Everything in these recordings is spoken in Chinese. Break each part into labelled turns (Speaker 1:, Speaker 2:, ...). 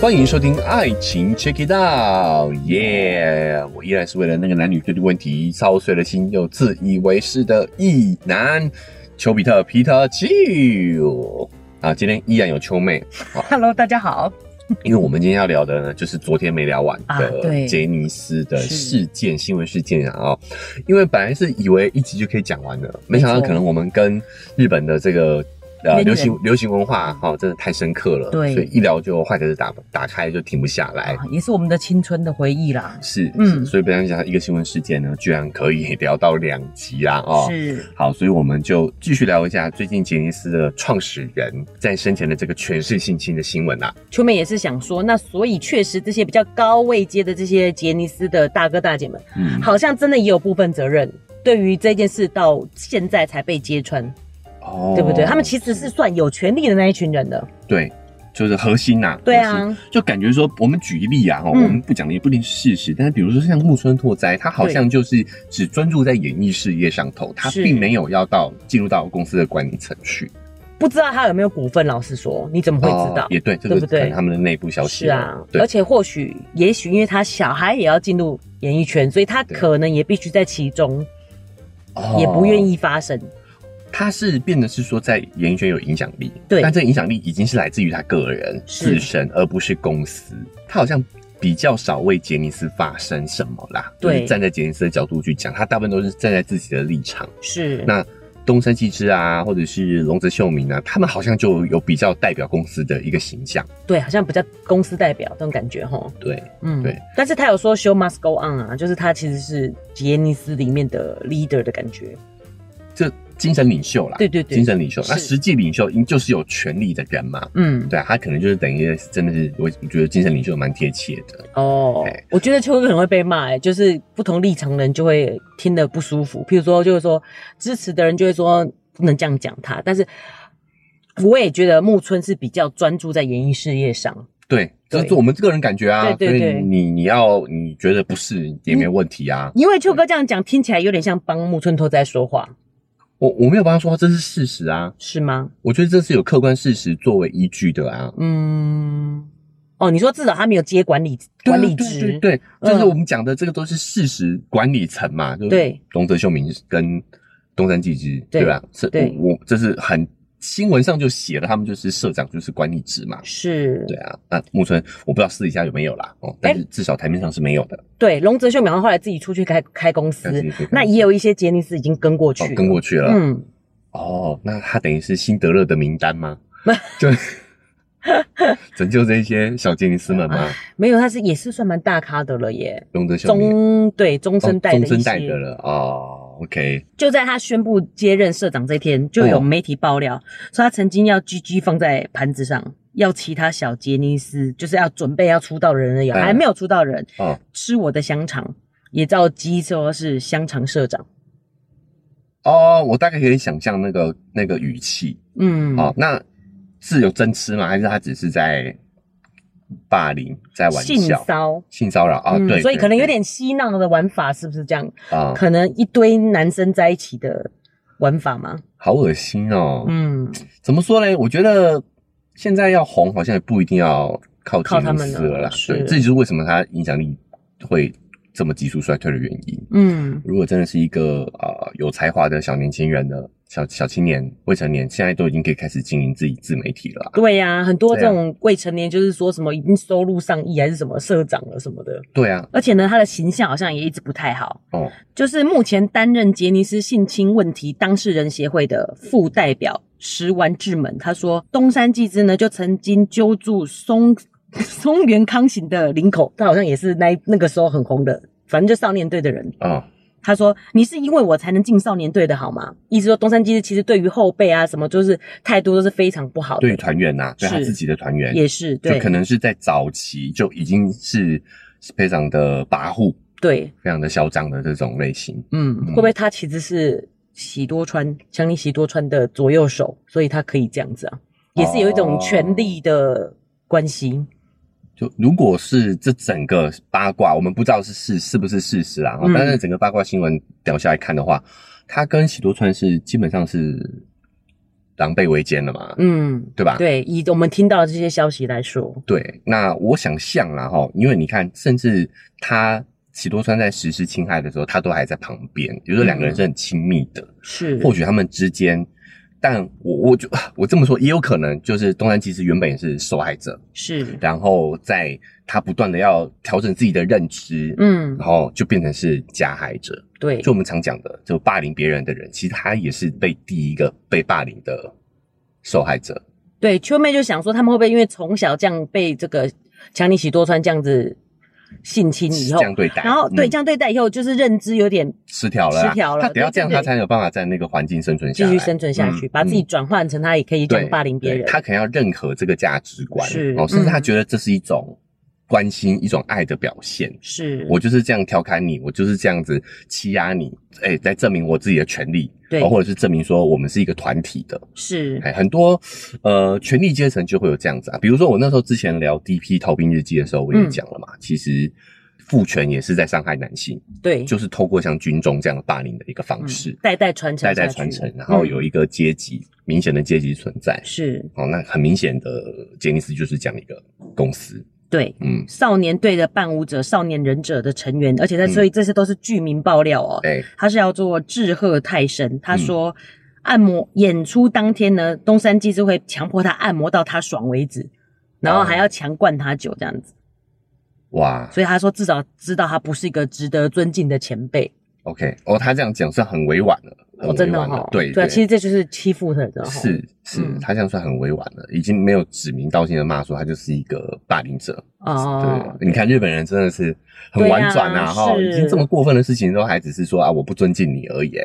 Speaker 1: 欢迎收听《爱情 Check It Out》，耶！我依然是为了那个男女对立问题操碎了心又自以为是的异男丘比特皮特丘啊！今天依然有丘妹，
Speaker 2: Hello，大家好。
Speaker 1: 因为我们今天要聊的呢，就是昨天没聊完
Speaker 2: 啊
Speaker 1: 的
Speaker 2: 对
Speaker 1: 杰尼斯的
Speaker 2: 是
Speaker 1: 事件、新闻事件啊、哦，因为本来是以为一集就可以讲完的，没想到
Speaker 2: 没错
Speaker 1: 可能我们跟日本的这个。
Speaker 2: 渊
Speaker 1: 呃，
Speaker 2: 源
Speaker 1: 流行流行文化哈、哦，真的太深刻了，
Speaker 2: 对
Speaker 1: 所以一聊就话匣子打打开就停不下来，
Speaker 2: 啊也是我们的青春的回忆啦。
Speaker 1: 是，嗯，
Speaker 2: 嗯
Speaker 1: 所以本来讲一个新闻事件呢，居然可以聊到两集啦，哦，
Speaker 2: 是
Speaker 1: 好，所以我们就继续聊一下最近杰尼斯的创始人在生前的这个权势性侵的新闻啊啦、
Speaker 2: 秋妹也是想说，那所以确实这些比较高位阶的这些杰尼斯的大哥大姐们，
Speaker 1: 嗯，
Speaker 2: 好像真的也有部分责任。对于这件事到现在才被揭穿，
Speaker 1: 哦
Speaker 2: 对不对？他们其实是算有权利的那一群人的，
Speaker 1: 对，就是核心呐、
Speaker 2: 对
Speaker 1: 核心，
Speaker 2: 啊，
Speaker 1: 就感觉说我们举例啊，哈、
Speaker 2: 嗯
Speaker 1: 我们不讲的也不一定是事实，但是比如说像木村拓哉，他好像就是只专注在演艺事业上头，他
Speaker 2: 是
Speaker 1: 并没有要到进入到公司的管理层去。
Speaker 2: 不知道他有没有股份。老实说，你怎么会知道
Speaker 1: 哦？也对，这个
Speaker 2: 对不对
Speaker 1: 可能他们的内部消息
Speaker 2: 是啊
Speaker 1: 了，
Speaker 2: 而
Speaker 1: 对，
Speaker 2: 且或许也许因为他小孩也要进入演艺圈，所以他
Speaker 1: 对
Speaker 2: 可能也必须在其中，
Speaker 1: 哦
Speaker 2: 也不愿意发声。
Speaker 1: 他是变得是说在演艺圈有影响力，
Speaker 2: 对
Speaker 1: 但这个影响力已经是来自于他个人
Speaker 2: 是
Speaker 1: 自身，而不是公司。他好像比较少为杰尼斯发生什么啦，
Speaker 2: 对
Speaker 1: 就是站在杰尼斯的角度去讲，他大部分都是站在自己的立场。
Speaker 2: 是，
Speaker 1: 那东山纪之啊，或者是龙泽秀明啊，他们好像就有比较代表公司的一个形象。
Speaker 2: 对，好像比较公司代表这种感觉哈。
Speaker 1: 对，
Speaker 2: 嗯，
Speaker 1: 对。
Speaker 2: 但是他有说 “show must go on” 啊，就是他其实是杰尼斯里面的 leader 的感觉。
Speaker 1: 这精神领袖啦，
Speaker 2: 对对对
Speaker 1: 精神领袖。
Speaker 2: 是
Speaker 1: 那实际领袖应就是有权力的人嘛。
Speaker 2: 嗯，
Speaker 1: 对啊，他可能就是等于真的是，我我觉得精神领袖蛮贴切的。
Speaker 2: 哦
Speaker 1: 哎，
Speaker 2: 我觉得秋哥很会被骂、哎，就是不同立场的人就会听得不舒服。譬如说，就是说支持的人就会说嗯不能这样讲他，但是我也觉得木村是比较专注在演艺事业上，
Speaker 1: 对，这
Speaker 2: 对
Speaker 1: 是我们个人感觉啊。
Speaker 2: 对对对嗯
Speaker 1: 所以你你要你觉得不是也没问题啊。
Speaker 2: 因为秋哥这样讲听起来有点像帮木村拓哉说话，
Speaker 1: 我我没有办法说这是事实啊，
Speaker 2: 是吗？
Speaker 1: 我觉得这是有客观事实作为依据的啊。
Speaker 2: 嗯，哦，你说至少他没有接管理
Speaker 1: 对啊
Speaker 2: 管理
Speaker 1: 对
Speaker 2: 职，
Speaker 1: 对对，就是
Speaker 2: 嗯
Speaker 1: 我们讲的这个都是事实管理层嘛，就是
Speaker 2: 对
Speaker 1: 龙泽秀明跟东山纪之，
Speaker 2: 对
Speaker 1: 对吧？是
Speaker 2: 对
Speaker 1: 我我这是很新闻上就写了，他们就是社长就是管理职嘛。
Speaker 2: 是，
Speaker 1: 对啊，那木村我不知道私底下有没有啦，哦，但是至少台面上是没有的。
Speaker 2: 对，龙泽秀明好像后来自己出去开开公司
Speaker 1: 但，是可以看
Speaker 2: 那也有一些杰尼斯已经跟过去
Speaker 1: 哦
Speaker 2: 了，
Speaker 1: 跟过去了，
Speaker 2: 嗯，
Speaker 1: 哦，那他等于是辛德勒的名单 吗？就 拯救这些小杰尼斯们 吗？
Speaker 2: 没有，他是也是算蛮大咖的了耶，
Speaker 1: 龙泽秀明
Speaker 2: 中对中生代
Speaker 1: 哦
Speaker 2: 的一
Speaker 1: 中
Speaker 2: 些，
Speaker 1: 生代的了哦，OK，
Speaker 2: 就在他宣布接任社长这天，就
Speaker 1: 哦
Speaker 2: 有媒体爆料、说他曾经要 GG 放在盘子上，要其他小杰尼斯就是要准备要出道的人有、
Speaker 1: 嗯
Speaker 2: 还没有出道的人
Speaker 1: 哦，
Speaker 2: 吃我的香肠，也叫鸡说是香肠社长，
Speaker 1: 哦，我大概可以想象那个那个语气
Speaker 2: 嗯，
Speaker 1: 哦。那是有真吃吗？还是他只是在霸凌，在玩
Speaker 2: 性
Speaker 1: 笑、
Speaker 2: 骚。
Speaker 1: 性骚扰啊？
Speaker 2: 嗯
Speaker 1: 对，
Speaker 2: 所以
Speaker 1: 对
Speaker 2: 可能有
Speaker 1: 对
Speaker 2: 点嬉闹的玩法，是不是这样？
Speaker 1: 啊，
Speaker 2: 可能一堆男生在一起的玩法吗？
Speaker 1: 好恶心哦。
Speaker 2: 嗯，
Speaker 1: 怎么说嘞？我觉得现在要红，好像也不一定要靠
Speaker 2: 靠
Speaker 1: 吉
Speaker 2: 他
Speaker 1: 尼
Speaker 2: 们
Speaker 1: 斯
Speaker 2: 了
Speaker 1: 了啦。
Speaker 2: 是
Speaker 1: 对，这就是为什么他影响力会这么急速衰退的原因。
Speaker 2: 嗯，
Speaker 1: 如果真的是一个呃有才华的小年轻人的小小青年、未成年，现在都已经可以开始经营自己自媒体了啊、
Speaker 2: 对呀、很多这
Speaker 1: 对啊
Speaker 2: 种未成年就是说什么已经收入上亿还是什么社长了什么的，
Speaker 1: 对啊，
Speaker 2: 而且呢，他的形象好像也一直不太好。
Speaker 1: 哦，
Speaker 2: 就是目前担任杰尼斯性侵问题当事人协会的副代表石丸智门，他说东山纪之呢就曾经揪住松松原康行的领口，他好像也是那一那个时候很红的，反正就少年队的人。
Speaker 1: 哦，
Speaker 2: 他说：“你是因为我才能进少年队的好吗？”意思说东山纪之其实对于后辈啊什么，就是态度都是非常不好的，
Speaker 1: 对于团员呐、对他
Speaker 2: 是
Speaker 1: 自己的团员
Speaker 2: 也是
Speaker 1: 就
Speaker 2: 对，
Speaker 1: 可能是在早期就已经是非常的跋扈、
Speaker 2: 对，
Speaker 1: 非常的嚣张的这种类型。
Speaker 2: 嗯，
Speaker 1: 嗯
Speaker 2: 会不会他其实是喜多川强尼喜多川的左右手，所以他可以这样子啊，也是有一
Speaker 1: 哦
Speaker 2: 种权力的关系，
Speaker 1: 就如果是这整个八卦，我们不知道是事是不是事实啊，
Speaker 2: 嗯
Speaker 1: 但是整个八卦新闻聊下来看的话，他跟喜多川是基本上是狼狈为奸了嘛，
Speaker 2: 嗯，
Speaker 1: 对吧？啊
Speaker 2: 对，以我们听到的这些消息来说，
Speaker 1: 对，那我想象啦哈，因为你看，甚至他喜多川在实施侵害的时候，他都还在旁边，比如说两个人是很亲密的，
Speaker 2: 是
Speaker 1: 或许他们之间，但我我就我这么说也有可能，就是东山纪之原本也是受害者，
Speaker 2: 是，
Speaker 1: 然后在他不断的要调整自己的认知，
Speaker 2: 嗯，
Speaker 1: 然后就变成是加害者。
Speaker 2: 对，
Speaker 1: 就我们常讲的，就霸凌别人的人，其实他也是被第一个被霸凌的受害者。
Speaker 2: 对，秋妹就想说，他们会不会因为从小这样被这个强尼喜多川这样子性侵以后
Speaker 1: 这，样对待，
Speaker 2: 然后对
Speaker 1: 嗯
Speaker 2: 这样对待以后，就是认知有点
Speaker 1: 失调了啦，
Speaker 2: 失调了
Speaker 1: 他得要
Speaker 2: 对
Speaker 1: 这样，
Speaker 2: 对对
Speaker 1: 他才有办法在那个环境生存下
Speaker 2: 继
Speaker 1: 来，
Speaker 2: 续生存下去，
Speaker 1: 嗯
Speaker 2: 把自己
Speaker 1: 嗯
Speaker 2: 转换成他也可以这
Speaker 1: 对
Speaker 2: 样霸凌别
Speaker 1: 对
Speaker 2: 人。
Speaker 1: 他可能要认可这个价值观，
Speaker 2: 是
Speaker 1: 哦，甚至他
Speaker 2: 嗯
Speaker 1: 觉得这是一种关心，一种爱的表现。
Speaker 2: 是
Speaker 1: 我就是这样调侃你，我就是这样子欺压你，哎、来证明我自己的权利，
Speaker 2: 对
Speaker 1: 哦或者是证明说我们是一个团体的，
Speaker 2: 是
Speaker 1: 哎、很多呃权力阶层就会有这样子啊。比如说我那时候之前聊 DP 逃兵日记的时候，我也
Speaker 2: 嗯
Speaker 1: 讲了嘛，其实父权也是在伤害男性，
Speaker 2: 对，嗯
Speaker 1: 就是透过像军中这样的霸凌的一个方式，
Speaker 2: 代代传承
Speaker 1: 代
Speaker 2: 下去，
Speaker 1: 代传承，然后有
Speaker 2: 嗯
Speaker 1: 一个阶级、明显的阶级存在。
Speaker 2: 是
Speaker 1: 哦，那很明显的，杰尼斯就是这样一个公司，
Speaker 2: 对。
Speaker 1: 嗯，
Speaker 2: 少年队的伴舞者、少年忍者的成员，而且在
Speaker 1: 嗯
Speaker 2: 所以这些都是剧名爆料哦。
Speaker 1: 哎、
Speaker 2: 他是要做志贺泰生，
Speaker 1: 嗯
Speaker 2: 他说。按摩演出当天呢，东山纪之会强迫他按摩到他爽为止，然
Speaker 1: 哦
Speaker 2: 后还要强灌他酒这样子，
Speaker 1: 哇
Speaker 2: 所以他说至少知道他不是一个值得尊敬的前辈。
Speaker 1: ，OK，哦，他这样讲算很委婉了，很
Speaker 2: 哦，真
Speaker 1: 委
Speaker 2: 的
Speaker 1: 婉了
Speaker 2: 哈，
Speaker 1: 对
Speaker 2: 对啊，其实这就是欺负人的哈。哦
Speaker 1: 是是
Speaker 2: 嗯，
Speaker 1: 他这样算很委婉了，已经没有指名道姓的骂说他就是一个霸凌者。
Speaker 2: 哦，
Speaker 1: 对，你看日本人真的是很
Speaker 2: 对啊
Speaker 1: 婉转啊，哈，
Speaker 2: 是
Speaker 1: 已经这么过分的事情都还只是说啊，我不尊敬你而已，哎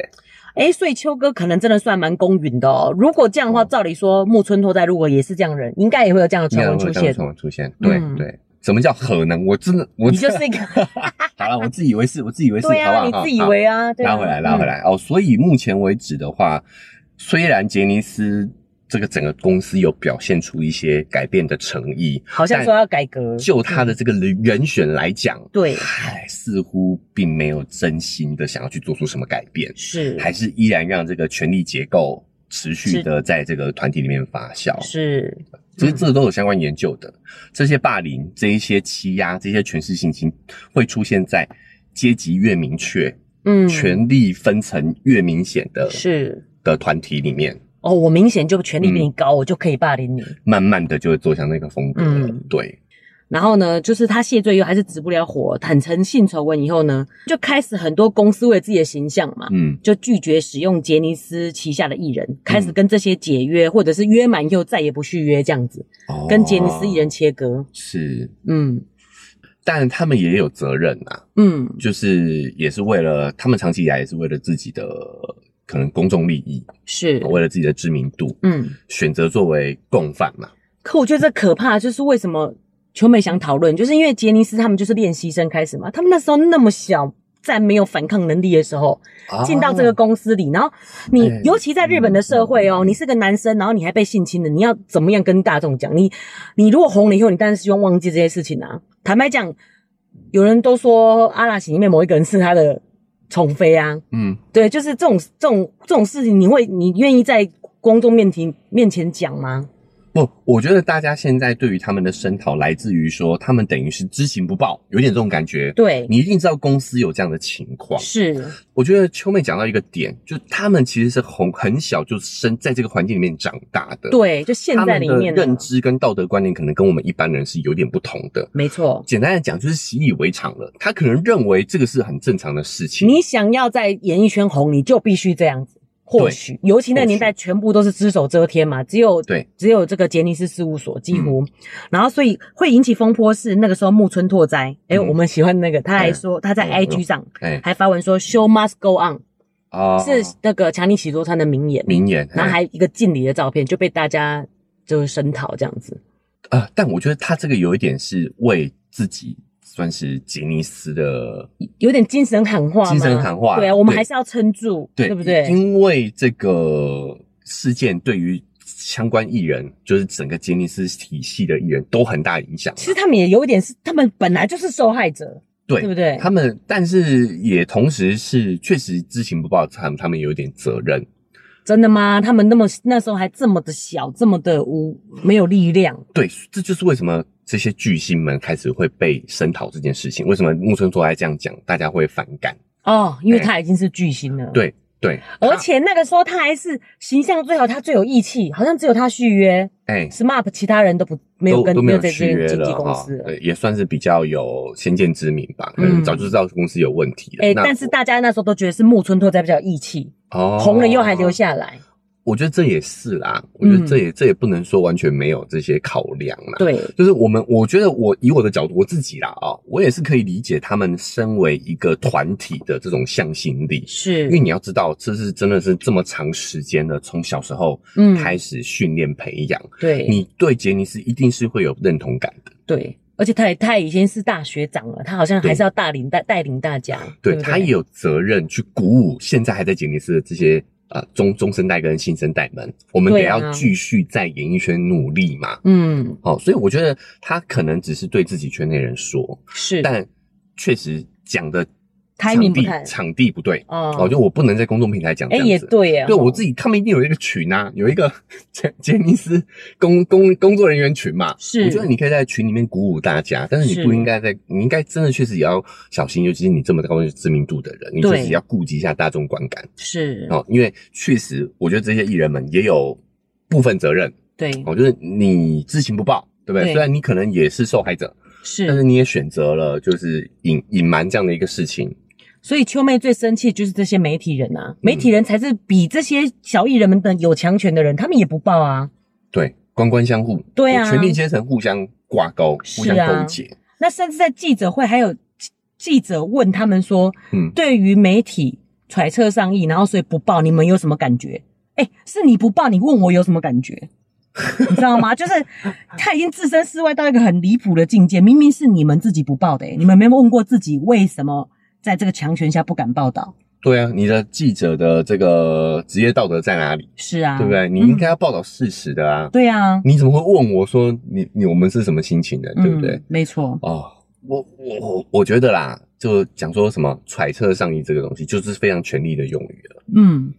Speaker 2: 哎，所以秋哥可能真的算蛮公允的哦。如果这样的话，照理说木村拓哉如果也是这样的人，应该也会有这样的
Speaker 1: 应
Speaker 2: 传
Speaker 1: 该
Speaker 2: 闻
Speaker 1: 会有
Speaker 2: 出
Speaker 1: 这样的
Speaker 2: 现。
Speaker 1: 传闻出现。对
Speaker 2: 嗯
Speaker 1: 对，什么叫可能？我真的，我
Speaker 2: 你
Speaker 1: 真
Speaker 2: 就
Speaker 1: 的
Speaker 2: 是一个
Speaker 1: 好了，我自以为是，我自以为是，
Speaker 2: 对
Speaker 1: 好 不
Speaker 2: 啊，
Speaker 1: 好？
Speaker 2: 你
Speaker 1: 哈
Speaker 2: 自以
Speaker 1: 好
Speaker 2: 为啊，对啊
Speaker 1: 拉回来，拉回。来、哦。所以目前为止的话，虽然杰尼斯这个整个公司有表现出一些改变的诚意，
Speaker 2: 嗯好像说要改革，
Speaker 1: 就他的这个人选来讲，
Speaker 2: 对
Speaker 1: 唉，似乎并没有真心的想要去做出什么改变，
Speaker 2: 是
Speaker 1: 还是依然让这个权力结构持续的在这个团体里面发酵。
Speaker 2: 是
Speaker 1: 其实这都有相关研究的，这些霸凌、这一些欺压、这些权势性侵会出现在阶级越明确、
Speaker 2: 嗯
Speaker 1: 权力分层越明显的
Speaker 2: 是
Speaker 1: 的团体里面，
Speaker 2: 哦，我明显就权力比你高，
Speaker 1: 嗯
Speaker 2: 我就可以霸凌你。
Speaker 1: 慢慢的就会走向那个风格了。
Speaker 2: 嗯
Speaker 1: 对，
Speaker 2: 然后呢，就是他谢罪又还是止不了火，坦诚性丑闻以后呢，就开始很多公司为了自己的形象嘛，
Speaker 1: 嗯，
Speaker 2: 就拒绝使用杰尼斯旗下的艺人，开始跟这些解约，或者是约满以后再也不续约这样子，
Speaker 1: 哦
Speaker 2: 跟杰尼斯艺人切割。
Speaker 1: 是，
Speaker 2: 嗯
Speaker 1: 但他们也有责任啊。
Speaker 2: 嗯，
Speaker 1: 就是也是为了他们长期以来也是为了自己的可能公众利益，
Speaker 2: 是，
Speaker 1: 为了自己的知名度，
Speaker 2: 嗯。
Speaker 1: 选择作为共犯嘛。
Speaker 2: 可我觉得这可怕，就是为什么秋美想讨论，就是因为杰尼斯他们就是练习生开始嘛，他们那时候那么小，在没有反抗能力的时候，进到这个公司里，然后你
Speaker 1: 哦哎
Speaker 2: 尤其在日本的社会哦，
Speaker 1: 嗯
Speaker 2: 你是个男生，然后你还被性侵了，你要怎么样跟大众讲？你你如果红了以后，你当然是希望忘记这些事情啊。坦白讲，有人都说阿拉西里面某一个人是他的宠妃啊，
Speaker 1: 嗯，
Speaker 2: 对，就是这种这种这种事情，你会你愿意在公众面前面前讲吗？
Speaker 1: 不，我觉得大家现在对于他们的声讨来自于说他们等于是知情不报，有点这种感觉。
Speaker 2: 对，
Speaker 1: 你一定知道公司有这样的情况。
Speaker 2: 是。
Speaker 1: 我觉得秋妹讲到一个点，就他们其实是很很小就生在这个环境里面长大的，，
Speaker 2: 对，就陷
Speaker 1: 他
Speaker 2: 在
Speaker 1: 们
Speaker 2: 里
Speaker 1: 的
Speaker 2: 面了
Speaker 1: 认知跟道德观念可能跟我们一般人是有点不同的。
Speaker 2: 没错。
Speaker 1: 简单的讲，就是习以为常了。他可能认为这个是很正常的事情。
Speaker 2: 你想要在演艺圈红，你就必须这样子。或
Speaker 1: 对
Speaker 2: 许，尤其那个年代，全部都是只手遮天嘛，只有
Speaker 1: 对，嗯
Speaker 2: 只有这个杰尼斯事务所几乎，然后所以会引起风波是那个时候木村拓哉，哎、
Speaker 1: 嗯
Speaker 2: 我们喜欢那个，他还
Speaker 1: 嗯
Speaker 2: 说、他在
Speaker 1: 嗯
Speaker 2: IG 上
Speaker 1: 哎
Speaker 2: 还发文说 “Show must go on”，、
Speaker 1: 啊
Speaker 2: 是那个强尼喜多川的名言，
Speaker 1: 名言，
Speaker 2: 然后
Speaker 1: 哎
Speaker 2: 还有一个敬礼的照片就被大家就是声讨这样子，
Speaker 1: 啊，但我觉得他这个有一点是为自己算是杰尼斯的
Speaker 2: 有点精神喊话吗，
Speaker 1: 精神喊话
Speaker 2: 对啊，我们
Speaker 1: 对
Speaker 2: 还是要撑住，
Speaker 1: 对
Speaker 2: 不对？
Speaker 1: 因为这个事件对于相关艺人，就是整个杰尼斯体系的艺人都很大影响。
Speaker 2: 其实他们也有一点是，他们本来就是受害者，
Speaker 1: 对
Speaker 2: 对不对
Speaker 1: 他们，但是也同时是确实知情不报，他们他们有一点责任。
Speaker 2: 真的吗？他们那么那时候还这么的小，这么的无没有力量，
Speaker 1: 对，这就是为什么这些巨星们开始会被声讨这件事情，为什么木村拓哉这样讲，大家会反感？
Speaker 2: 哦，因为
Speaker 1: 哎
Speaker 2: 他已经是巨星了。，
Speaker 1: 对对，
Speaker 2: 而且那个时候他还是形象最好，他最有义气，好像只有他续约
Speaker 1: 哎、
Speaker 2: ，SMAP 其他人都不没有
Speaker 1: 都
Speaker 2: 跟
Speaker 1: 都没有
Speaker 2: 这
Speaker 1: 续约
Speaker 2: 间经纪
Speaker 1: 了
Speaker 2: 公
Speaker 1: 哈
Speaker 2: 司、了。
Speaker 1: 对也算是比较有先见之明吧，嗯，
Speaker 2: 嗯
Speaker 1: 早就知道公司有问题了。
Speaker 2: 哎、
Speaker 1: 那
Speaker 2: 但是大家那时候都觉得是木村拓哉比较有义气，
Speaker 1: 哦
Speaker 2: 红了又还留下来。
Speaker 1: 我觉得这也是啦，我觉得这也、这也不能说完全没有这些考量啦。，
Speaker 2: 对，
Speaker 1: 就是我们，我觉得我以我的角度，我自己啦啊、我也是可以理解他们身为一个团体的这种向心力，
Speaker 2: 是
Speaker 1: 因为你要知道，这是真的是这么长时间的，从小时候
Speaker 2: 嗯
Speaker 1: 开始训练培养，
Speaker 2: 对
Speaker 1: 你对杰尼斯一定是会有认同感的。
Speaker 2: 对，而且他也他已经是大学长了，他好像还是要带领带带领大家，
Speaker 1: 对
Speaker 2: 不
Speaker 1: 他也有责任去鼓舞现在还在杰尼斯的这些呃中中生代跟新生代们，我们得
Speaker 2: 对啊
Speaker 1: 要继续在演艺圈努力嘛。
Speaker 2: 嗯
Speaker 1: 哦，所以我觉得他可能只是对自己圈内人说，
Speaker 2: 是，
Speaker 1: 但确实讲的
Speaker 2: Timing
Speaker 1: 场
Speaker 2: 不太
Speaker 1: 地场地不对哦，
Speaker 2: 哦，
Speaker 1: 就我不能在公众平台讲这
Speaker 2: 哎、
Speaker 1: 样
Speaker 2: 也
Speaker 1: 子。
Speaker 2: 对耶，
Speaker 1: 对我
Speaker 2: 己
Speaker 1: 自己，他们一定有一个群啊，有一个 杰杰尼斯工工工作人员群嘛。
Speaker 2: 是
Speaker 1: 我觉得你可以在群里面鼓舞大家，但是你
Speaker 2: 是
Speaker 1: 不应该在，你应该真的确实也要小心，尤其是你这么高的知名度的人，你确
Speaker 2: 对
Speaker 1: 实要顾及一下大众观感
Speaker 2: 是、
Speaker 1: 哦，因为确实我觉得这些艺人们也有部分责任，
Speaker 2: 对
Speaker 1: 哦，就是你知情不报，对不对？
Speaker 2: 对
Speaker 1: 虽然你可能也是受害者，但是
Speaker 2: 是，
Speaker 1: 你也选择了就是隐隐瞒这样的一个事情。
Speaker 2: 所以秋妹最生气就是这些媒体人啊，媒
Speaker 1: 嗯
Speaker 2: 体人才是比这些小艺人们的有强权的人，他们也不报啊。
Speaker 1: 对，官官相护，
Speaker 2: 对啊
Speaker 1: 有权力阶层互相挂钩，
Speaker 2: 是
Speaker 1: 互相
Speaker 2: 啊
Speaker 1: 勾结。
Speaker 2: 那甚至在记者会还有记记者问他们说，
Speaker 1: 嗯，
Speaker 2: 对于媒体揣测上意，然后所以不报，你们有什么感觉？哎、是你不报，你问我有什么感觉？ 你知道吗？就是他已经置身事外到一个很离谱的境界。明明是你们自己不报的、哎你们没有问过自己为什么在这个强权下不敢报道？
Speaker 1: 对啊，你的记者的这个职业道德在哪里？
Speaker 2: 是啊，
Speaker 1: 对不对？你应该
Speaker 2: 嗯、
Speaker 1: 要报道事实的啊。
Speaker 2: 对啊，
Speaker 1: 你怎么会问我说你你我们是什么心情的，对不对？
Speaker 2: 嗯？没错，
Speaker 1: 哦，我我我我觉得啦，就讲说什么揣测上意这个东西，就是非常权力的用语了。
Speaker 2: 嗯，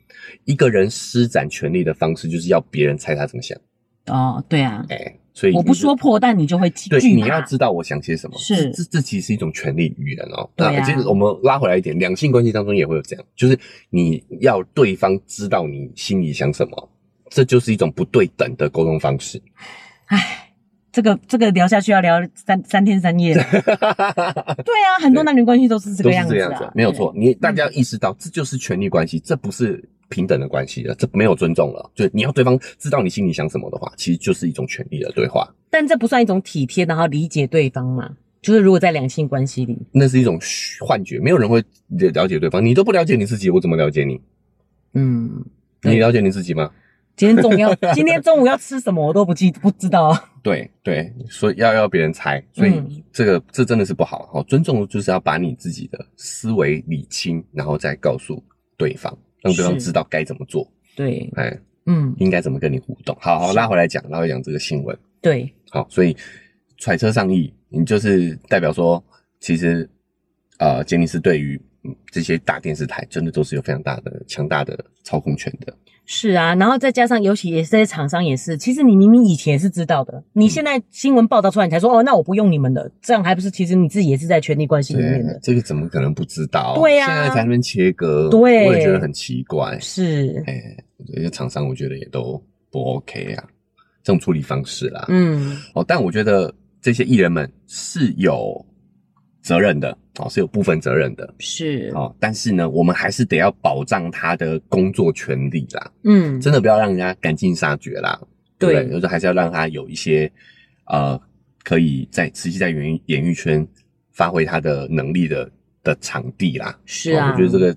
Speaker 1: 一个人施展权力的方式，就是要别人猜他怎么想。
Speaker 2: 哦，对啊，
Speaker 1: 哎、所以
Speaker 2: 我
Speaker 1: 你
Speaker 2: 不
Speaker 1: 就
Speaker 2: 说，破，但你就会惧
Speaker 1: 对，
Speaker 2: 惧
Speaker 1: 你
Speaker 2: 怕
Speaker 1: 要知道我想些什么。
Speaker 2: 是
Speaker 1: 这这其实是一种权力语言哦。
Speaker 2: 对啊
Speaker 1: 其实我们拉回来一点，两性关系当中也会有这样，就是你要对方知道你心里想什么，这就是一种不对等的沟通方 式。
Speaker 2: 唉，这个这个聊下去要聊三三天三 夜。对啊，很多男女关系都是这
Speaker 1: 都
Speaker 2: 个
Speaker 1: 是
Speaker 2: 样子、
Speaker 1: 这
Speaker 2: 啊，
Speaker 1: 样子啊，没有错。你大家要意识到，这就是权力关系，这不是平等的关系了，这没有尊重了。就你要对方知道你心里想什么的话，其实就是一种权力的对话，
Speaker 2: 对。但这不算一种体贴，然后理解对方嘛？就是如果在两性关系里，
Speaker 1: 那是一种虚幻觉，没有人会了了解对方。你都不了解你自己，我怎么了解你？
Speaker 2: 嗯，对
Speaker 1: 你了解你自己吗？
Speaker 2: 今天 中午要今天中午要吃什么，我都不记不知道。
Speaker 1: 对对，所以要要别人猜，所以
Speaker 2: 嗯
Speaker 1: 这个、这真的是不好。好，尊重就是要把你自己的思维理清，然后再告诉对方，让对方
Speaker 2: 是
Speaker 1: 知道该怎么做，
Speaker 2: 对，
Speaker 1: 哎，
Speaker 2: 嗯，
Speaker 1: 应该怎么跟你互动。好好
Speaker 2: 是
Speaker 1: 拉回来讲，拉回来讲这个新闻。
Speaker 2: 对，
Speaker 1: 好，所以揣测上意，你就是代表说，其实呃，杰尼斯对于嗯这些大电视台真的都是有非常大的、强大的操控权的。
Speaker 2: 是啊。然后再加上，尤其也是这些厂商也是，其实你明明以前也是知道的，
Speaker 1: 嗯
Speaker 2: 你现在新闻报道出来，你才说哦，那我不用你们的，这样还不是其实你自己也是在权力关系里面的。
Speaker 1: 这个怎么可能不知道？
Speaker 2: 对呀
Speaker 1: 现在才能切割，
Speaker 2: 对
Speaker 1: 我也觉得很奇怪。
Speaker 2: 是，
Speaker 1: 哎、这些厂商我觉得也都不 OK 啊，这种处理方式啦。
Speaker 2: 嗯，
Speaker 1: 哦，但我觉得这些艺人们是有责任的，哦，是有部分责任的。
Speaker 2: 是，
Speaker 1: 哦，但是呢，我们还是得要保障他的工作权利啦。
Speaker 2: 嗯，
Speaker 1: 真的不要让人家赶尽杀绝啦，对
Speaker 2: 对
Speaker 1: 不对？就是还是要让他有一些呃，可以在持续在演艺演艺圈发挥他的能力的的场地啦。哦
Speaker 2: 是啊。
Speaker 1: 我觉得这个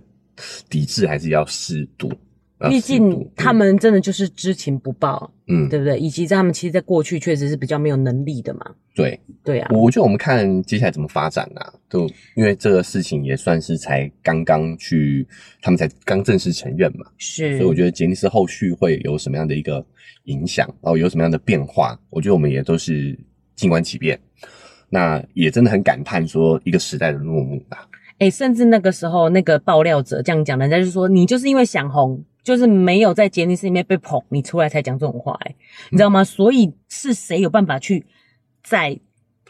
Speaker 1: 抵制还是要适度，要
Speaker 2: 毕
Speaker 1: 适度
Speaker 2: 竟他们真的就是知情不报，
Speaker 1: 嗯
Speaker 2: 对不对？以及他们其实，在过去确实是比较没有能力的嘛。
Speaker 1: 对，
Speaker 2: 对啊，
Speaker 1: 我觉得我们看接下来怎么发展啦，就因为这个事情也算是才刚刚去，他们才刚正式承认嘛，
Speaker 2: 是。
Speaker 1: 所以我
Speaker 2: 得
Speaker 1: 觉得杰尼斯后续会有什么样的一个影响，然后有什么样的变化，我觉得我们也都是静观其变。那也真的很感叹说一个时代的落幕吧。，
Speaker 2: 哎，甚至那个时候那个爆料者这样讲，人家就说你就是因为想红，就是没有在杰尼斯里面被捧，你出来才讲这种话、哎，你知道
Speaker 1: 嗯
Speaker 2: 吗？所以是谁有办法去在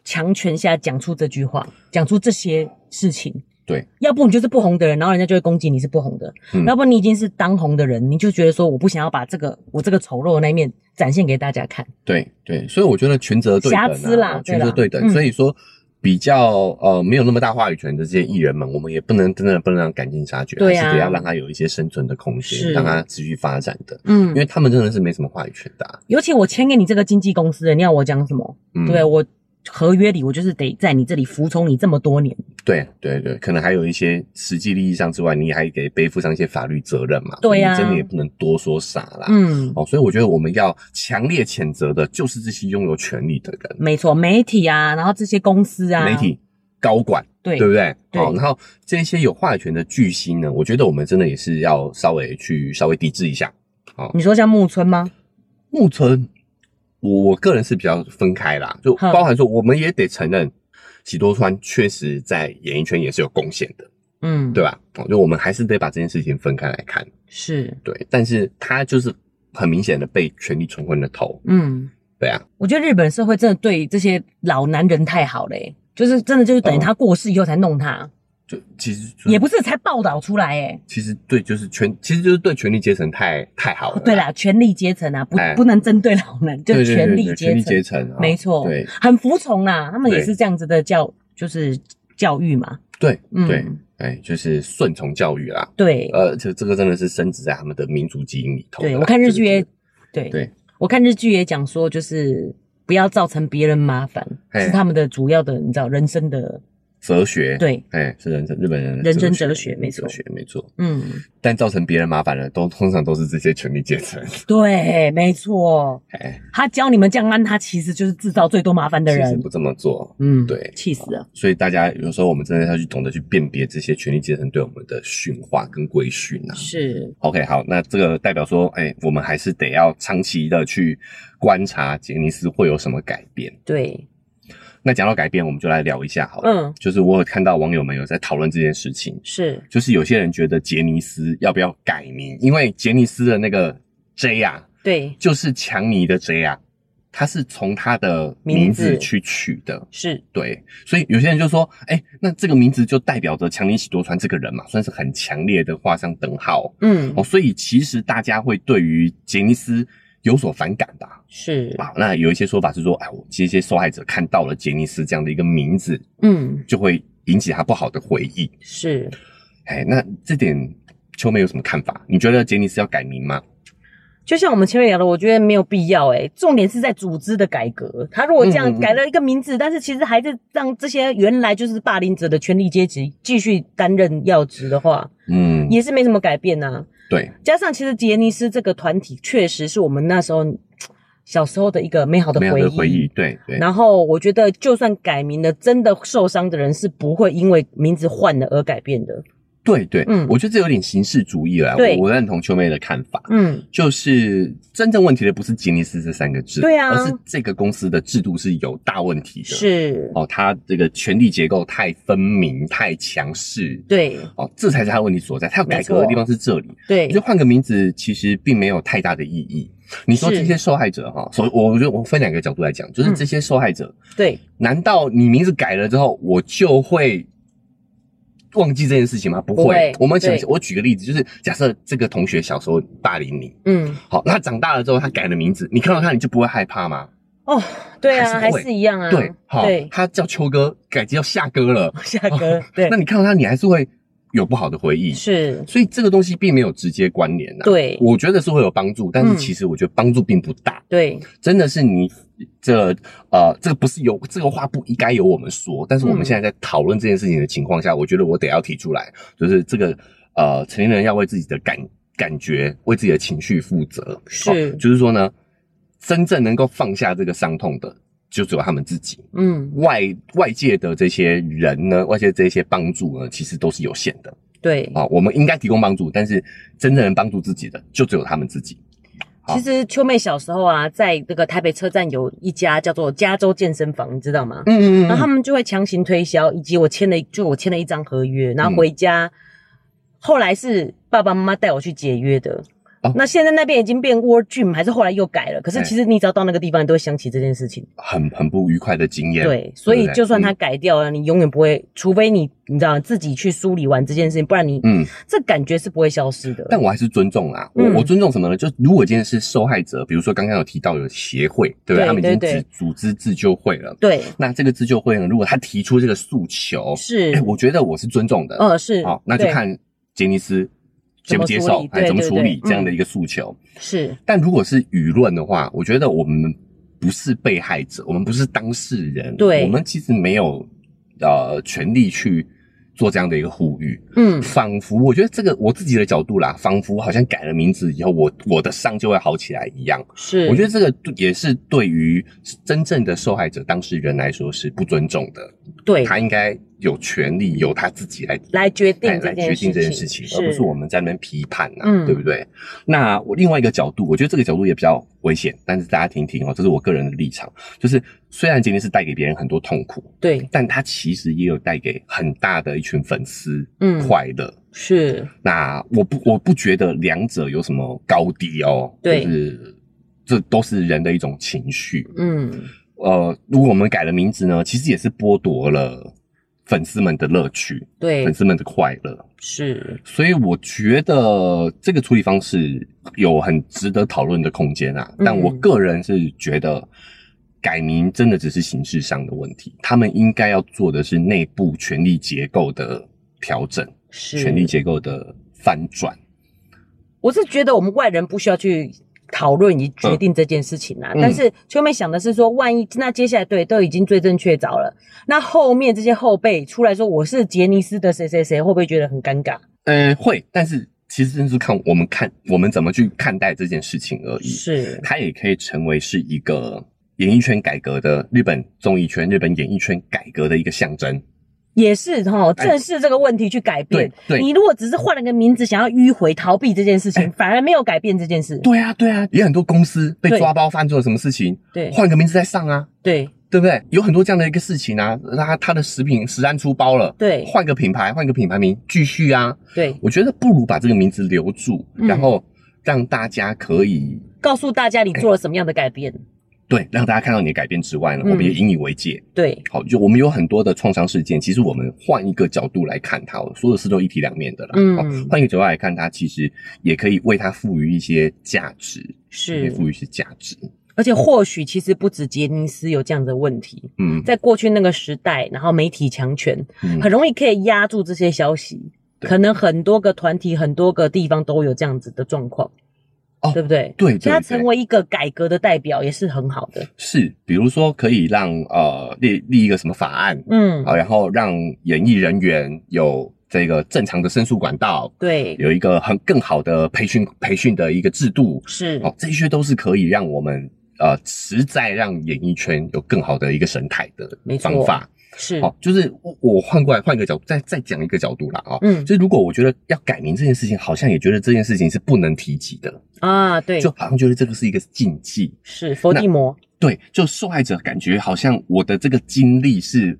Speaker 2: 强权下讲出这句话，讲出这些事情？
Speaker 1: 对，
Speaker 2: 要不你就是不红的人，然后人家就会攻击你是不红的；
Speaker 1: 嗯
Speaker 2: 要不你已经是当红的人，你就觉得说我不想要把这个我这个丑陋的那一面展现给大家看。
Speaker 1: 对对，所以我觉得权责对等、啊，
Speaker 2: 瑕疵啦对
Speaker 1: 权
Speaker 2: 啦
Speaker 1: 责对等，
Speaker 2: 嗯
Speaker 1: 所以说。比较呃没有那么大话语权的这些艺人们，我们也不能真的不能让赶尽杀绝，
Speaker 2: 对啊
Speaker 1: 还是得要让他有一些生存的空间，
Speaker 2: 是
Speaker 1: 让他持续发展的，因
Speaker 2: 嗯，
Speaker 1: 为他们真的是没什么话语权的、啊。
Speaker 2: 尤其我签给你这个经纪公司，你要我讲什么？
Speaker 1: 嗯，
Speaker 2: 对我合约里，我就是得在你这里服从你这么多年。
Speaker 1: 对对对，可能还有一些实际利益上之外，你还得背负上一些法律责任嘛。
Speaker 2: 对
Speaker 1: 呀、
Speaker 2: 啊
Speaker 1: 真的也不能多说啥啦。
Speaker 2: 嗯，
Speaker 1: 哦，所以我觉得我们要强烈谴责的就是这些拥有权力的人，
Speaker 2: 没错，媒体啊，然后这些公司啊，
Speaker 1: 媒体高管，
Speaker 2: 对
Speaker 1: 对不对？
Speaker 2: 对
Speaker 1: 好，然后这些有话语权的巨星呢，我觉得我们真的也是要稍微去稍微抵制一下。
Speaker 2: 你说像木村吗？
Speaker 1: 木村，我我个人是比较分开啦，就
Speaker 2: 哼
Speaker 1: 包含说，我们也得承认，喜多川确实在演艺圈也是有贡献的，
Speaker 2: 嗯，
Speaker 1: 对，吧？哦，就我们还是得把这件事情分开来看，
Speaker 2: 是，
Speaker 1: 对。但是他就是很明显的被权力冲昏了头，
Speaker 2: 嗯，
Speaker 1: 对啊，
Speaker 2: 我觉得日本社会真的对这些老男人太好嘞、就是真的就是
Speaker 1: 嗯
Speaker 2: 等于他过世以后才弄他，
Speaker 1: 就其实就是
Speaker 2: 也不是才报道出来哎、
Speaker 1: 其实对，就是权，其实就是对权力阶层太太好了。
Speaker 2: 对，啦，权力阶层啊，不
Speaker 1: 哦哎
Speaker 2: 不能针对老男，就
Speaker 1: 对对
Speaker 2: 权
Speaker 1: 对
Speaker 2: 力
Speaker 1: 对权
Speaker 2: 阶
Speaker 1: 力
Speaker 2: 层
Speaker 1: 阶，层啊，
Speaker 2: 没错，
Speaker 1: 对
Speaker 2: 很服从啦，他们也
Speaker 1: 对
Speaker 2: 是这样子的教，就是教育嘛，
Speaker 1: 对
Speaker 2: 嗯
Speaker 1: 对，哎，就是顺从教育啦。
Speaker 2: 对，
Speaker 1: 呃，这这个真的是深植在他们的民族基因里头的啦。
Speaker 2: 对我看日剧也
Speaker 1: 就是，
Speaker 2: 对
Speaker 1: 对
Speaker 2: 我看日剧也讲说，就是不要造成别人麻烦，
Speaker 1: 嘿
Speaker 2: 是他们的主要的，你知道人生的
Speaker 1: 哲学，，
Speaker 2: 对，
Speaker 1: 哎，是人生日本人的
Speaker 2: 人生哲学没错
Speaker 1: 哲学没错。
Speaker 2: 嗯，
Speaker 1: 但造成别人麻烦的，都通常都是这些权力阶层。
Speaker 2: 对，没错，
Speaker 1: 哎，
Speaker 2: 他教你们这样按，他其实就是制造最多麻烦 的
Speaker 1: 其实
Speaker 2: 人
Speaker 1: 不，这么做。
Speaker 2: 嗯，
Speaker 1: 对啊
Speaker 2: 气死了，
Speaker 1: 所以大家有时候我们真的要去懂得去辨别这些权力阶层对我们的驯化跟规训啊。
Speaker 2: 是，
Speaker 1: OK，好，那这个代表说，哎、我们还是得要长期的去观察杰尼斯会有什么改变。
Speaker 2: 对，
Speaker 1: 那讲到改变，我们就来聊一下好了。
Speaker 2: 嗯，
Speaker 1: 就是我有看到网友们有在讨论这件事情，
Speaker 2: 是，
Speaker 1: 就是有些人觉得杰尼斯要不要改名，因为杰尼斯的那个 J 啊，
Speaker 2: 对，
Speaker 1: 就是强尼的 J 啊，他是从他的名字
Speaker 2: 名字
Speaker 1: 去取的。
Speaker 2: 是，
Speaker 1: 对，所以有些人就说，哎、那这个名字就代表着强尼喜多川这个人嘛，算是很强烈的画上等号。
Speaker 2: 嗯
Speaker 1: 哦，，所以其实大家会对于杰尼斯有所反感吧？
Speaker 2: 是，
Speaker 1: 啊，那有一些说法是说，哎，我这些受害者看到了杰尼斯这样的一个名字，
Speaker 2: 嗯，
Speaker 1: 就会引起他不好的回忆。
Speaker 2: 是。
Speaker 1: 哎，那这点秋妹有什么看法？你觉得杰尼斯要改名吗？
Speaker 2: 就像我们前面聊的，我觉得没有必要诶、欸重点是在组织的改革。他如果
Speaker 1: 嗯
Speaker 2: 这
Speaker 1: 嗯
Speaker 2: 样
Speaker 1: 嗯
Speaker 2: 改了一个名字，但是其实还是让这些原来就是霸凌者的权力阶级继续担任要职的话，
Speaker 1: 嗯，
Speaker 2: 也是没什么改变呐、
Speaker 1: 对，
Speaker 2: 加上其实杰尼斯这个团体确实是我们那时候嘖小时候的一个美好的
Speaker 1: 没有
Speaker 2: 回忆。
Speaker 1: 的回忆，对对
Speaker 2: 然后我觉得，就算改名了，真的受伤的人是不会因为名字换了而改变的。
Speaker 1: 对对，
Speaker 2: 嗯
Speaker 1: 我觉得这有点形式主义了。
Speaker 2: 对
Speaker 1: 我我认同秋妹的看法。
Speaker 2: 嗯，
Speaker 1: 就是真正问题的不是杰尼斯这三个字，
Speaker 2: 对啊
Speaker 1: 而是这个公司的制度是有大问题的。
Speaker 2: 是，
Speaker 1: 哦，他这个权力结构太分明、太强势，
Speaker 2: 对
Speaker 1: 哦，这才是他的问题所在。他要改革的地方是这里，
Speaker 2: 对
Speaker 1: 你就，换个名字，其实并没有太大的意义。你说
Speaker 2: 是
Speaker 1: 这些受害者哈，所以我我觉得我分两个角度来讲，就是
Speaker 2: 嗯
Speaker 1: 这些受害者，
Speaker 2: 对，
Speaker 1: 难道你名字改了之后，我就会？忘记这件事情吗？不会。
Speaker 2: 不会
Speaker 1: 我们想
Speaker 2: 对，
Speaker 1: 我举个例子，就是假设这个同学小时候霸凌你，
Speaker 2: 嗯，
Speaker 1: 好，那他长大了之后他改了名字，你看到他你就不会害怕吗？
Speaker 2: 哦，对啊，
Speaker 1: 还
Speaker 2: 还
Speaker 1: 是会
Speaker 2: 是一样啊，
Speaker 1: 对，好
Speaker 2: 对，，
Speaker 1: 他叫秋哥，改叫夏哥了。
Speaker 2: 下歌，对
Speaker 1: 那，你看到他，你还是会有不好的回忆。
Speaker 2: 是，
Speaker 1: 所以这个东西并没有直接关联啊呐、
Speaker 2: 对
Speaker 1: 我觉得是会有帮助，但是
Speaker 2: 嗯
Speaker 1: 其实我觉得帮助并不大。
Speaker 2: 对，
Speaker 1: 真的是你这呃，这个不是由这个话不应该由我们说，但是我们
Speaker 2: 嗯
Speaker 1: 现在在讨论这件事情的情况下，我觉得我得要提出来，就是这个呃，成年人要为自己的感感觉、为自己的情绪负责。哦
Speaker 2: 是
Speaker 1: 就是说呢，真正能够放下这个伤痛的，就只有他们自己。
Speaker 2: 嗯，
Speaker 1: 外外界的这些人呢，外界这些帮助呢，其实都是有限的
Speaker 2: 对。
Speaker 1: 啊。我们应该提供帮助，但是真正能帮助自己的，就只有他们自己。好
Speaker 2: 其实秋妹小时候啊，在这个台北车站有一家叫做加州健身房，你知道吗？
Speaker 1: 嗯
Speaker 2: 然后他们就会强行推销，以及我签了一就我签了
Speaker 1: 嗯
Speaker 2: 一张合约，然后回家，后来是爸爸妈妈带我去解约的。
Speaker 1: 哦
Speaker 2: 那现在那边已经变 War Gym，还是后来又改了。可是
Speaker 1: 哎
Speaker 2: 其实你只要到那个地方，你都会想起这件事情。
Speaker 1: 很很不愉快的经验。
Speaker 2: 对，所以
Speaker 1: 不对嗯
Speaker 2: 就算它改掉了，你永远不会，除非你你知道自己去梳理完这件事情，不然你、
Speaker 1: 嗯，嗯
Speaker 2: 这感觉是不会消失的。
Speaker 1: 但我还是尊重啦。我、
Speaker 2: 嗯
Speaker 1: 我尊重什么呢？就如果今天是受害者，比如说刚刚有提到有协会，对不
Speaker 2: 对
Speaker 1: 他们已经
Speaker 2: 对对
Speaker 1: 自组织自救会了。
Speaker 2: 对，
Speaker 1: 那这个自救会呢，如果他提出这个诉求，
Speaker 2: 是
Speaker 1: 哎、，我觉得我是尊重的。
Speaker 2: 呃，是，
Speaker 1: 好，那就
Speaker 2: 对
Speaker 1: 看杰尼斯接不接受，哎，
Speaker 2: 怎
Speaker 1: 怎
Speaker 2: 么
Speaker 1: 么
Speaker 2: 处
Speaker 1: 处
Speaker 2: 理对嗯对
Speaker 1: 理
Speaker 2: 对
Speaker 1: 这样的一个诉求。
Speaker 2: 是，
Speaker 1: 但如果是舆论的话，我觉得我们不是被害者，我们不是当事人，
Speaker 2: 对
Speaker 1: 我们其实没有呃权利去做这样的一个呼吁。
Speaker 2: 嗯，
Speaker 1: 仿佛我觉得这个我自己的角度啦，仿佛好像改了名字以后，我我的伤就会好起来一样。
Speaker 2: 是，
Speaker 1: 我觉得这个也是对于真正的受害者当事人来说是不尊重的，
Speaker 2: 对，
Speaker 1: 他应该有权利由他自己来
Speaker 2: 来决定
Speaker 1: 来
Speaker 2: 这
Speaker 1: 来
Speaker 2: 件
Speaker 1: 决定这件
Speaker 2: 事
Speaker 1: 事
Speaker 2: 情
Speaker 1: 情，
Speaker 2: 是
Speaker 1: 而不是我们在那边批判啊，
Speaker 2: 嗯
Speaker 1: 对不对？那我另外一个角度，我觉得这个角度也比较危险，但是大家听听哦，这是我个人的立场，就是虽然今天是带给别人很多痛苦，
Speaker 2: 对，
Speaker 1: 但它其实也有带给很大的一群粉丝
Speaker 2: 嗯
Speaker 1: 快乐。
Speaker 2: 是，
Speaker 1: 那我不我不觉得两者有什么高低哦，
Speaker 2: 对
Speaker 1: 就是这都是人的一种情绪。
Speaker 2: 嗯，
Speaker 1: 呃，如果我们改了名字呢，其实也是剥夺了粉丝们的乐趣，
Speaker 2: 对
Speaker 1: 粉，丝们的快乐。
Speaker 2: 是，
Speaker 1: 所以我觉得这个处理方式有很值得讨论的空间啊。
Speaker 2: 嗯
Speaker 1: 但我个人是觉得改名真的只是形式上的问题，他们应该要做的是内部权力结构的调整，
Speaker 2: 是，
Speaker 1: 权力结构的翻转。
Speaker 2: 我是觉得我们外人不需要去讨论以及决定这件事情啦、
Speaker 1: 嗯
Speaker 2: 但是秋妹想的是说，万一那接下来对都已经罪证确凿了，那后面这些后辈出来说我是杰尼斯的谁谁谁，会不会觉得很尴尬？
Speaker 1: 呃，会，但是其实就是看我们看我们怎么去看待这件事情而已。
Speaker 2: 是，
Speaker 1: 它也可以成为是一个演艺圈改革的日本综艺圈、日本演艺圈改革的一个象征。
Speaker 2: 也是哈，
Speaker 1: 哎
Speaker 2: 正视这个问题去改变。
Speaker 1: 对对
Speaker 2: 你如果只是换了个名字，想要迂回逃避这件事情，
Speaker 1: 哎
Speaker 2: 反而没有改变这件事。
Speaker 1: 对啊，对啊，也很多公司被
Speaker 2: 对
Speaker 1: 抓包犯做了什么事情，
Speaker 2: 对
Speaker 1: 换个名字再上啊，
Speaker 2: 对
Speaker 1: 对不对？有很多这样的一个事情啊，他他的食品食安出包了，
Speaker 2: 对
Speaker 1: 换个品牌，换个品牌名继续啊。
Speaker 2: 对，
Speaker 1: 我觉得不如把这个名字留住，
Speaker 2: 嗯
Speaker 1: 然后让大家可以
Speaker 2: 告诉大家你做了什么样的改变。
Speaker 1: 对让大家看到你的改变之外呢，
Speaker 2: 嗯
Speaker 1: 我们也引以为戒。
Speaker 2: 对，
Speaker 1: 好，就我们有很多的创伤事件，其实我们换一个角度来看它，所有事都一体两面的啦。
Speaker 2: 嗯
Speaker 1: 好换一个角度来看它，其实也可以为它赋予一些价值，也
Speaker 2: 是，
Speaker 1: 赋予一些价值。
Speaker 2: 而且或许其实不止杰尼斯有这样的问题，
Speaker 1: 嗯，
Speaker 2: 在过去那个时代，然后媒体强权
Speaker 1: 嗯
Speaker 2: 很容易可以压住这些消息，
Speaker 1: 对
Speaker 2: 可能很多个团体、很多个地方都有这样子的状况，
Speaker 1: 哦
Speaker 2: 对不对？
Speaker 1: 对对
Speaker 2: 所以他
Speaker 1: 对
Speaker 2: 成为一个改革的代表也是很好的，
Speaker 1: 是，比如说可以让呃立立一个什么法案
Speaker 2: 嗯，
Speaker 1: 啊，然后让演艺人员有这个正常的申诉管道，
Speaker 2: 对，
Speaker 1: 有一个很更好的培训培训的一个制度，
Speaker 2: 是，
Speaker 1: 哦，这些都是可以让我们呃实在让演艺圈有更好的一个生态的
Speaker 2: 没错
Speaker 1: 方法。
Speaker 2: 是，
Speaker 1: 哦，就是我我换过来换一个角度，再再讲一个角度啦啊。哦
Speaker 2: 嗯
Speaker 1: 就如果我觉得要改名这件事情，好像也觉得这件事情是不能提及的，
Speaker 2: 啊，对，
Speaker 1: 就好像觉得这个是一个禁忌。
Speaker 2: 是佛地魔，
Speaker 1: 对，就受害者感觉好像我的这个经历是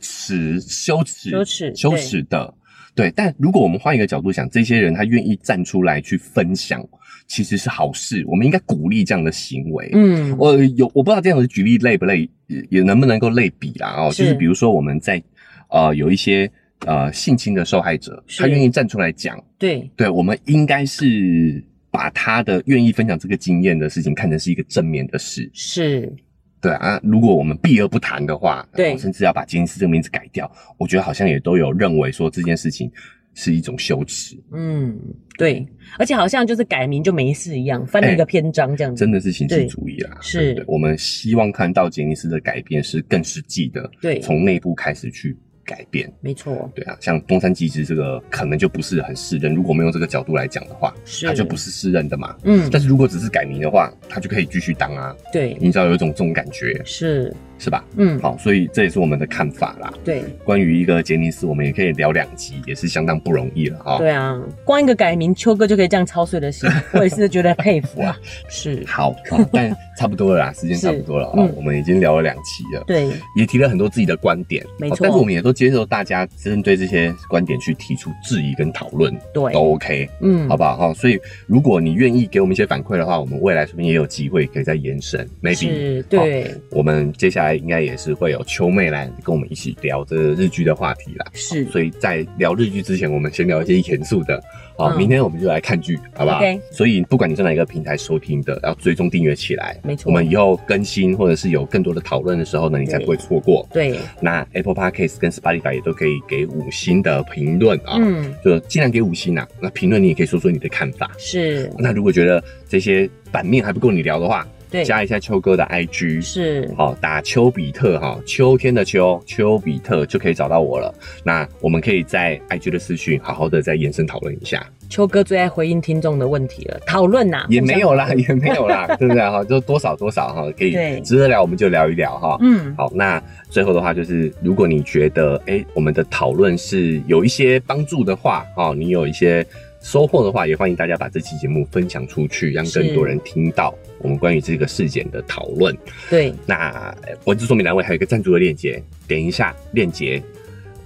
Speaker 1: 耻、羞耻、
Speaker 2: 羞耻
Speaker 1: 羞耻的。对，但如果我们换一个角度想，这些人他愿意站出来去分享，其实是好事。我们应该鼓励这样的行为。
Speaker 2: 嗯，
Speaker 1: 我有我不知道这样的举例类不类，也也能不能够类比啦哦，
Speaker 2: 是
Speaker 1: 就是比如说我们在呃有一些呃性侵的受害者，
Speaker 2: 是
Speaker 1: 他愿意站出来讲，
Speaker 2: 对，
Speaker 1: 对我们应该是把他的愿意分享这个经验的事情看成是一个正面的事，
Speaker 2: 是，
Speaker 1: 对啊，如果我们避而不谈的话，
Speaker 2: 对
Speaker 1: 然后甚至要把杰尼斯这个名字改掉，我觉得好像也都有认为说这件事情是一种羞耻，
Speaker 2: 嗯，对，而且好像就是改名就没事一样，翻了一个篇章这样
Speaker 1: 哎
Speaker 2: 子，
Speaker 1: 真的是形
Speaker 2: 对
Speaker 1: 式主义啦。
Speaker 2: 是
Speaker 1: 对不对我们希望看到杰尼斯的改变是更实际的，
Speaker 2: 对
Speaker 1: 从内部开始去改变。
Speaker 2: 没错，
Speaker 1: 对啊，像东山纪之这个可能就不是很适任，如果我们用这个角度来讲的话，
Speaker 2: 是，
Speaker 1: 它就不，是适任的嘛。
Speaker 2: 嗯，
Speaker 1: 但是如果只是改名的话，它就可以继续当啊，
Speaker 2: 对，
Speaker 1: 你知道有一种这种感觉，
Speaker 2: 是，
Speaker 1: 是吧？
Speaker 2: 嗯，
Speaker 1: 好，所以这也是我们的看法啦。
Speaker 2: 对
Speaker 1: 关于一个杰尼斯，我们也可以聊两集，也是相当不容易了哈。
Speaker 2: 对啊，光一个改名，秋哥就可以这样操碎 了心，我也是觉得佩服啊。是，
Speaker 1: 好， 啊但差不多了啦，时间
Speaker 2: 是
Speaker 1: 差不多了啊、
Speaker 2: 嗯
Speaker 1: 我们已经聊了两期了，
Speaker 2: 对，
Speaker 1: 也提了很多自己的观点，
Speaker 2: 没
Speaker 1: 好
Speaker 2: 错
Speaker 1: 但是我们也都接受大家针对这些观点去提出质疑跟讨论，
Speaker 2: 对，
Speaker 1: 都 OK，
Speaker 2: 嗯
Speaker 1: 好，不好哦哈？所以如果你愿意给我们一些反馈的话，我们未来说不定也有机会可以再延伸，maybe。
Speaker 2: 是，对，
Speaker 1: 我们接下来应该也是会有秋妹来跟我们一起聊这个日剧的话题啦。
Speaker 2: 是
Speaker 1: 所以在聊日剧之前，我们先聊一些严肃的。好、
Speaker 2: 嗯
Speaker 1: 明天我们就来看剧，好不好
Speaker 2: OK
Speaker 1: 所以不管你在哪一个平台收听的，要追踪订阅起来。
Speaker 2: 没错
Speaker 1: 我们以后更新或者是有更多的讨论的时候呢，你才不会错过。
Speaker 2: 对，
Speaker 1: 那 Apple Podcast 跟 Spotify 也都可以给五星的评论啊，
Speaker 2: 嗯，
Speaker 1: 就尽量给五星啊。那评论你也可以说说你的看法。
Speaker 2: 是，
Speaker 1: 那如果觉得这些版面还不够你聊的话，
Speaker 2: 对，
Speaker 1: 加一下秋哥的 IG，
Speaker 2: 是，
Speaker 1: 好，哦打丘比特哈，秋天的秋，丘比特就可以找到我了。那我们可以在 IG 的私讯好好的再延伸讨论一下，
Speaker 2: 秋哥最爱回应听众的问题了，讨论呐，
Speaker 1: 也
Speaker 2: 互相
Speaker 1: 没有啦，，也没有 啦，对不对哈？就多少多少哈，可
Speaker 2: 对
Speaker 1: 以值得聊我们就聊一聊哈。
Speaker 2: 嗯，
Speaker 1: 好，那最后的话就是，如果你觉得哎、诶我们的讨论是有一些帮助的话，哦，你有一些收获的话，也欢迎大家把这期节目分享出去，让更多
Speaker 2: 是
Speaker 1: 人听到我们关于这个事件的讨论。
Speaker 2: 对，
Speaker 1: 那呃文字说明栏位还有一个赞助的链接，点一下链接，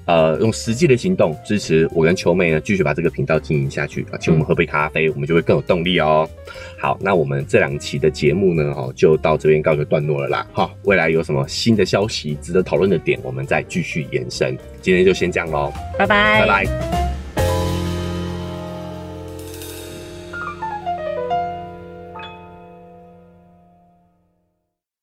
Speaker 1: 呃，用实际的行动支持我跟球妹呢，继续把这个频道经营下去啊，请我们喝杯咖啡，我们就会更有动力哦。好，那我们这两期的节目呢，哦，就到这边告一个段落了啦。哈、未来有什么新的消息值得讨论的点，我们再继续延伸。今天就先这样喽，
Speaker 2: 拜
Speaker 1: 拜
Speaker 2: 拜，
Speaker 1: 拜。